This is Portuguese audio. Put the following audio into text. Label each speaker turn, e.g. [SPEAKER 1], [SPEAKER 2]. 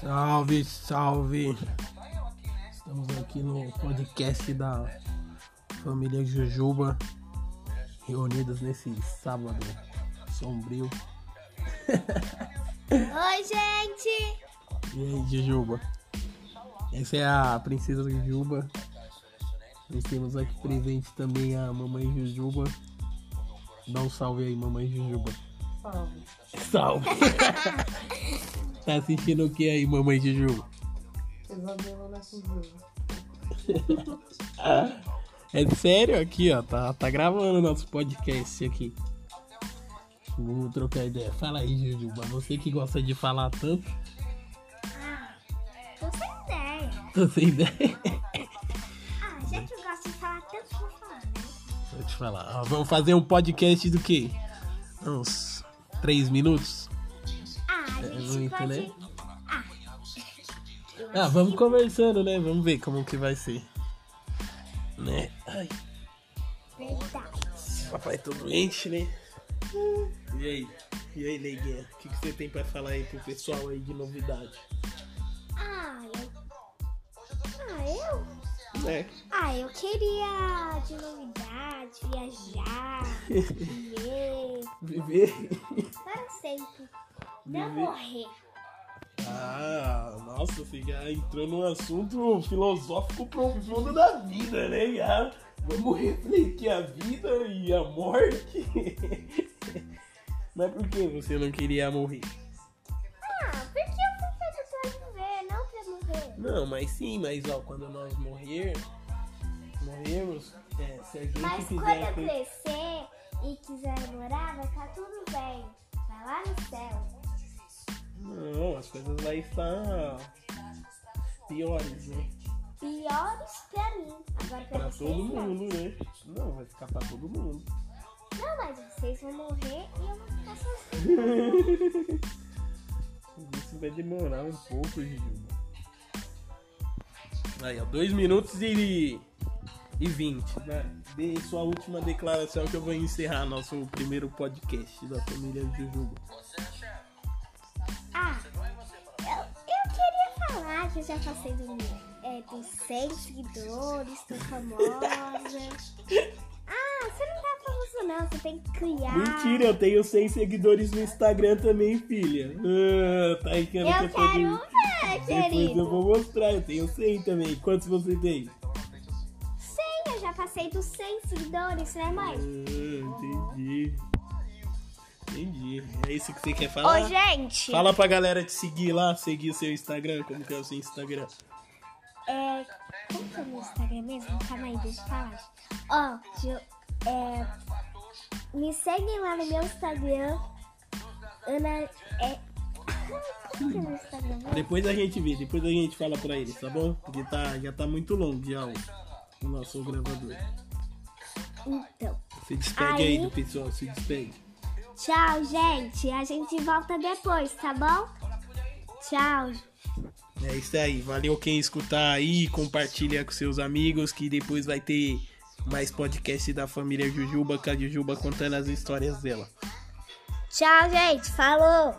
[SPEAKER 1] Salve, salve! Estamos aqui no podcast da família Jujuba, reunidos nesse sábado sombrio.
[SPEAKER 2] Oi, gente!
[SPEAKER 1] E aí, Jujuba? Essa é a princesa Jujuba. Nós temos aqui presente também a mamãe Jujuba. Dá um salve aí, mamãe Jujuba. Salve! tá assistindo o que aí, mamãe Jujuba?
[SPEAKER 3] Pesadelo na cozinha.
[SPEAKER 1] É sério aqui, ó. Tá, tá gravando o nosso podcast aqui. Vamos trocar ideia. Fala aí, Jujuba. Você que gosta de falar tanto,
[SPEAKER 2] Tô sem ideia.
[SPEAKER 1] tô sem ideia.
[SPEAKER 2] é Ah, já que eu gosto de falar tanto, vou falar, né?
[SPEAKER 1] Vou te falar. Ó, vamos fazer um podcast do quê? Uns três minutos?
[SPEAKER 2] Ah, a gente
[SPEAKER 1] É muito,
[SPEAKER 2] pode...
[SPEAKER 1] né?
[SPEAKER 2] Ah,
[SPEAKER 1] Ah, vamos conversando, né? Vamos ver como que vai ser. Né? Ai,
[SPEAKER 2] verdade.
[SPEAKER 1] papai tô doente, né? E aí? E aí, neguinha? O que, que você tem pra falar aí pro pessoal aí de novidade?
[SPEAKER 2] Ah, eu... Ah, eu?
[SPEAKER 1] É.
[SPEAKER 2] Ah, eu queria de novidade, viajar, viver,
[SPEAKER 1] Viver.
[SPEAKER 2] para sempre. Não
[SPEAKER 1] Viver.
[SPEAKER 2] morrer.
[SPEAKER 1] Ah, nossa, você já entrou num assunto filosófico profundo da vida, né? Já vamos refletir a vida e a morte. Mas por que você não queria morrer?
[SPEAKER 2] Ah, por que eu fui feito pra viver, não pra morrer?
[SPEAKER 1] Não, mas sim, mas ó, quando nós morrer, morrermos, é, se né? a gente
[SPEAKER 2] Mas quando
[SPEAKER 1] fizer.
[SPEAKER 2] eu
[SPEAKER 1] com-
[SPEAKER 2] crescer e quiser morar, vai estar tudo bem. Vai lá no céu.
[SPEAKER 1] Não, as coisas vai estar piores, né?
[SPEAKER 2] Piores pra mim. Agora pra,
[SPEAKER 1] Pra
[SPEAKER 2] vocês,
[SPEAKER 1] todo
[SPEAKER 2] não.
[SPEAKER 1] mundo, né? Não, vai ficar pra todo mundo.
[SPEAKER 2] Não, mas vocês vão morrer e eu vou ficar sozinha.
[SPEAKER 1] Uhum. Isso vai demorar um pouco, Gilma. Aí, ó, 2 minutos e, e 20. Né? Dê sua última declaração que eu vou encerrar nosso primeiro podcast da família Jujuba.
[SPEAKER 2] Ah, eu, eu queria falar que eu já passei do, é, dos 100 seguidores, tô famosa. Ah, você não tá famoso não, você tem que criar.
[SPEAKER 1] Mentira, né? eu tenho 100 seguidores no Instagram também, filha. Ah, tá aí que eu não
[SPEAKER 2] Eu
[SPEAKER 1] tô podendo-
[SPEAKER 2] quero ver,
[SPEAKER 1] Depois eu
[SPEAKER 2] querido.
[SPEAKER 1] vou mostrar, eu tenho 100 também. Quantos você tem?
[SPEAKER 2] Sim, eu já passei dos 100 seguidores, né
[SPEAKER 1] Ah,
[SPEAKER 2] mãe?
[SPEAKER 1] entendi. Entendi. É isso que você quer
[SPEAKER 2] Ô,
[SPEAKER 1] falar?
[SPEAKER 2] gente,
[SPEAKER 1] Fala pra galera te seguir lá, seguir o seu Instagram, como que é o seu Instagram.
[SPEAKER 2] é... Como que é o meu Instagram mesmo? Calma aí, deixa eu falar. Ó, Ju- é... Me segue lá no meu Instagram. Ana... É... Como que é o meu Instagram mesmo?
[SPEAKER 1] Depois a gente vê, depois a gente fala pra eles, tá bom? Porque tá, já tá muito longo já o, o nosso gravador.
[SPEAKER 2] Então,
[SPEAKER 1] Se despegue aí
[SPEAKER 2] Aí.
[SPEAKER 1] do pessoal, se despegue.
[SPEAKER 2] tchau, gente. A gente volta depois, tá bom? Tchau.
[SPEAKER 1] É isso aí, valeu quem escutar aí, compartilha com seus amigos que depois vai ter mais podcast da família Jujuba, com a Jujuba contando as histórias dela.
[SPEAKER 2] Tchau, gente. Falou.